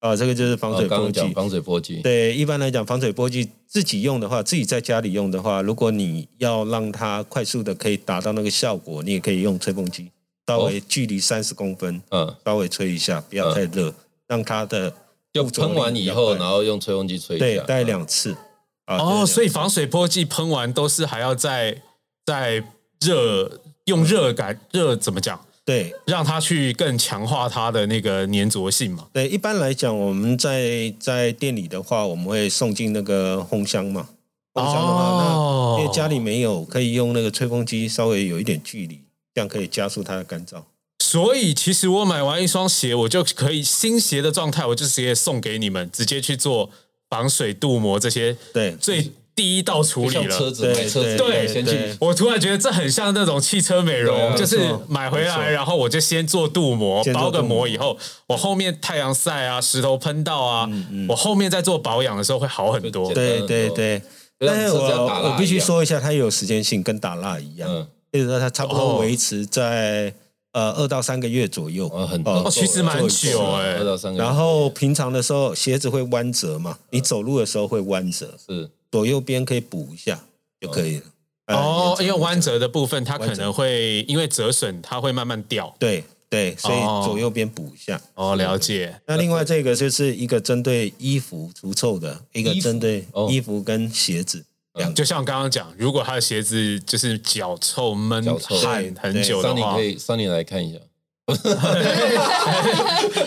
啊、这个就是防
对，
水
我哦刚
泼
刚
剂。
讲防水泼剂，
对，一般来讲，防水波剂自己用的话，自己在家里用的话，如果你要让它快速的可以达到那个效果，你也可以用吹风机，稍微距离三十公分，
嗯，
稍微吹一下，不要太热，让它的
就
附着力
喷完以后，
比较快
然后用吹风机吹一
对
下，
大概两次啊
哦，所
以
以防水泼剂喷完都是还要再再热，用热感热怎么讲，
对
让它去更强化它的那个粘着性嘛。
对，一般来讲，我们在在店里的话，我们会送进那个烘箱嘛，烘箱的话，
哦
那因为家里没有，可以用那个吹风机稍微有一点距离。这样可以加速它的干燥。
所以其实我买完一双鞋，我就可以新鞋的状态，我就直接送给你们，直接去做防水镀膜这些
对
最第一道处
不
理
像车
了。
子买车子一样
对
先
对
去
我突然觉得这很像那种汽车美容，
对啊
就是
没错
买回
没
来，
错
然后我就先做镀膜，
先做
包个
镀
膜
膜
以后，我后面太阳晒啊、石头喷到啊，我后面在做保养的时候会好很多。
对
对
嗯
对
嗯
对，
就像
但是
车子要
我
打蜡
我必须
一样
说一下，它也有时间性，跟打蜡一样，
嗯
就是说它差不
哦
多维持在呃二到三个月左右
哦，很
哦，其实蛮久哎、
二到三个，
然后平常的时候鞋子会弯折嘛，你走路的时候会弯折，
是
左右边可以补一下就可以了。哎
哦，因为
延长
弯折的部分，它
弯
可
折
能会因为折损，它会慢慢掉。
对对，所以
哦
左右边补一下。
哦，了解。
那另外这个就是一个针对衣服除臭的，一个
衣服
针对
哦
衣服跟鞋子两个。
就像刚刚讲，如果他的鞋子就是脚臭闷
脚臭
汗很久的
三年
话
可，以三年来看一下，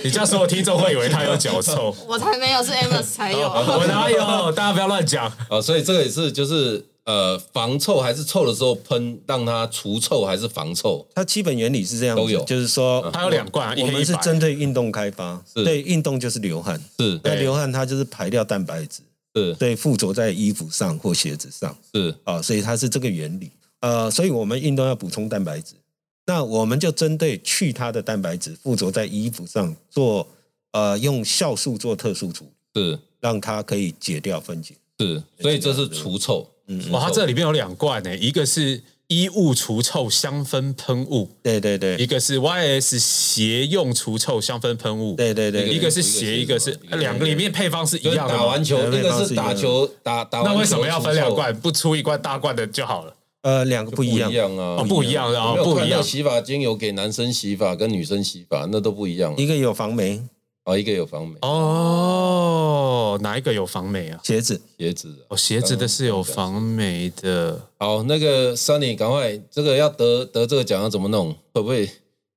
你这样说，我听众会以为他有脚臭。哦
我才没有，是 Amos 才 有。
我哪有？大家不要乱讲。
啊，所以这个也是就是呃防臭还是臭的时候喷，让它除臭还是防臭？
它基本原理是这样
都有
子，就是说
它有两罐啊一
我
黑
们
一
是
白
针对运动开发，
是
对运动就是流汗，
是
那
对
流汗它就是排掉蛋白质，
是
对，附着在衣服上或鞋子上
是
啊，所以它是这个原理。呃，所以我们运动要补充蛋白质，那我们就针对去它的蛋白质附着在衣服上做，呃，用酵素做特殊处理，
是
让它可以解掉分解。
是，所以这是除臭。除
哇，它
臭
这里面有两罐呢，一个是衣物除臭香氛喷雾，
对对
一
对，
个是 YS 鞋用除臭香氛喷雾。
对对
一
对
一个是鞋，一
一
个
个
是啊
是
两个里面配方是一
就是
样的吗。
打完球，
对
一个是打球打打完球
那为什么要分两
除
罐？不出一罐大罐的就好了。
呃，两个
臭？
不一样
不一，样啊
哦，不一样的哦
有没有
不一
看到
样
洗发精有给男生洗发跟女生洗发，那都不一样
嗯
一个有防霉
啊。一个有防霉，
哦，哪一个有防霉啊？
鞋子，
鞋子啊。
哦，鞋子的是有防霉的。
好，那个 Sunny，赶快，这个要得得这个奖要怎么弄？会不会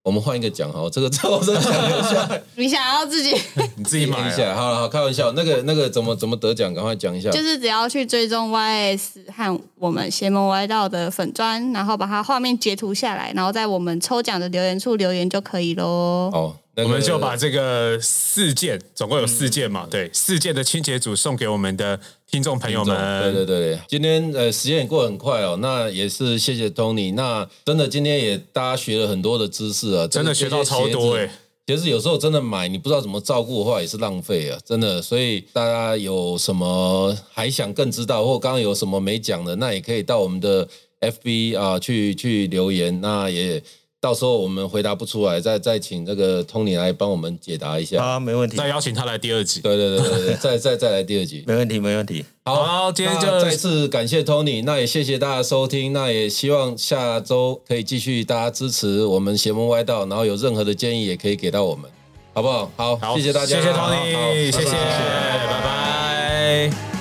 我们换一个奖好？这个照这个奖留下来。
你想要自己，
你自己买
一
啊、
下，好了，好开玩笑。那个那个怎么怎么得奖？赶快讲一下
就。是只要去追踪 YS 和我们邪门歪道的粉砖，然后把它画面截图下来，然后在我们抽奖的留言处留言就可以喽。
好，哦那
我
个
们就把这个四件，总共有四件
嗯
嘛，对，四件的清洁组送给我们的听众朋友们。
对对对，今天呃时间也过得很快哦，那也是谢谢 Tony，那真的今天也大家学了很多的知识啊，
真的学到超多哎、
哎、其实有时候真的买你不知道怎么照顾的话，也是浪费啊，真的。所以大家有什么还想更知道，或刚刚有什么没讲的，那也可以到我们的 FB 啊去去留言，那也。到时候我们回答不出来，再再请这个 Tony 来帮我们解答一下。
好，没问题，
再邀请他来第二集。
对对对对对，再再再来第二集。
没问题，没问题。
好，
好今天
那
就
再次感谢 Tony，那也谢谢大家收听，那也希望下周可以继续大家支持我们邪门歪道，然后有任何的建议也可以给到我们，好不好？好，
好，
谢谢大家，
谢谢
好好
Tony，谢谢，
拜拜
拜拜